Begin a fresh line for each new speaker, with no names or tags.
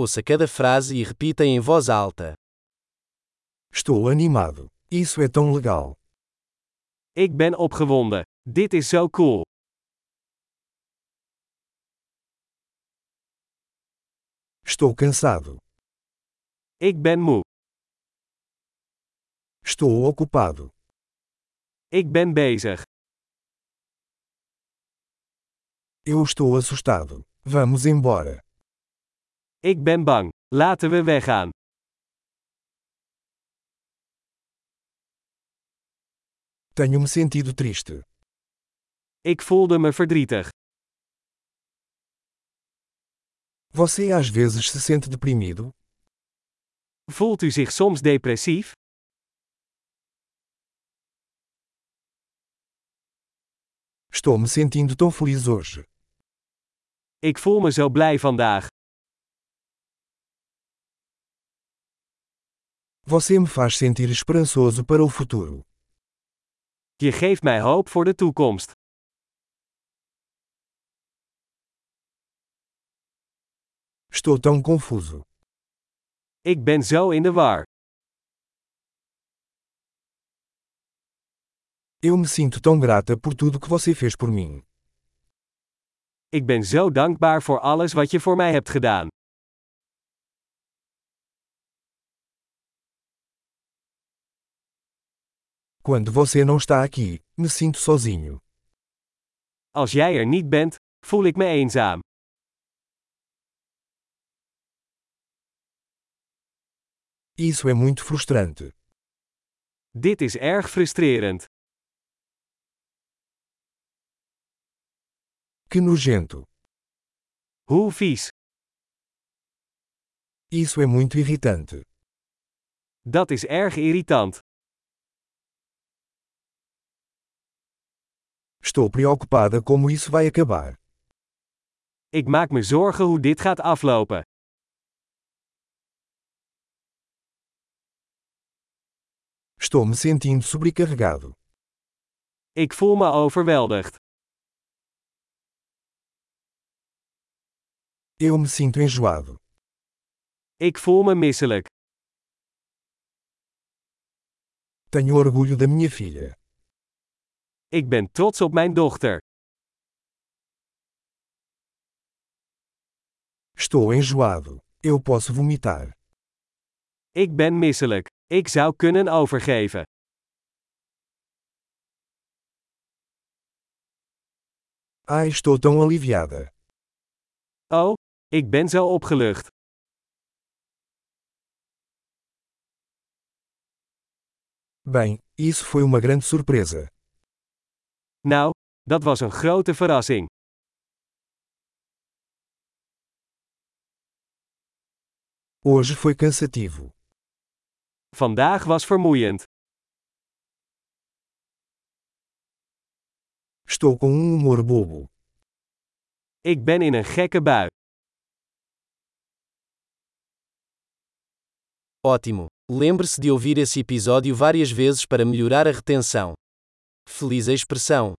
Ouça cada frase e repita em voz alta.
Estou animado. Isso é tão legal.
Ik ben opgewonden. Dit is zo cool.
Estou cansado.
Ik ben moe.
Estou ocupado.
Ik ben bezig.
Eu estou assustado. Vamos embora.
Ik ben bang. Laten we weggaan.
Tenho-me sentido triste.
Ik voelde me verdrietig.
Você às vezes se sente deprimido?
Voelt u zich soms depressief?
Estou me sentindo tão feliz hoje.
Ik voel me zo blij vandaag.
Você me faz sentir esperançoso para o futuro.
Je geeft mij hoop voor de toekomst.
Estou tão confuso.
Ik ben zo in de war.
Eu me sinto tão grata por tudo que você fez por mim.
Ik ben zo dankbaar voor alles wat je voor mij hebt gedaan.
Quando você não está aqui, me sinto sozinho.
Als jij er niet bent, voel ik me eenzaam.
Isso é muito frustrante.
Dit is erg frustrerend.
Que nojento.
Hoe vies.
Isso é muito irritante.
Dat is erg irritant.
Estou preocupada como isso vai acabar.
Ik maak me zorgen hoe dit gaat aflopen.
Estou me sentindo sobrecarregado.
Ik voel me overweldigd.
Eu me sinto enjoado.
Ik voel me misselijk.
Tenho orgulho da minha filha.
Ik ben trots op mijn dochter.
Estou enjoado. Eu posso vomitar.
Ik ben misselijk. Ik zou kunnen overgeven.
Ai, estou tão aliviada.
Oh, ik ben zo opgelucht.
Bem, isso foi uma grande surpresa.
Nou, dat was een grote verrassing.
Hoje foi cansativo.
Vandaag was vermoeiend.
Estou com um humor bobo.
Ik ben in een gekke bui.
Ótimo! Lembre-se de ouvir esse episódio várias vezes para melhorar a retenção. Feliz a expressão!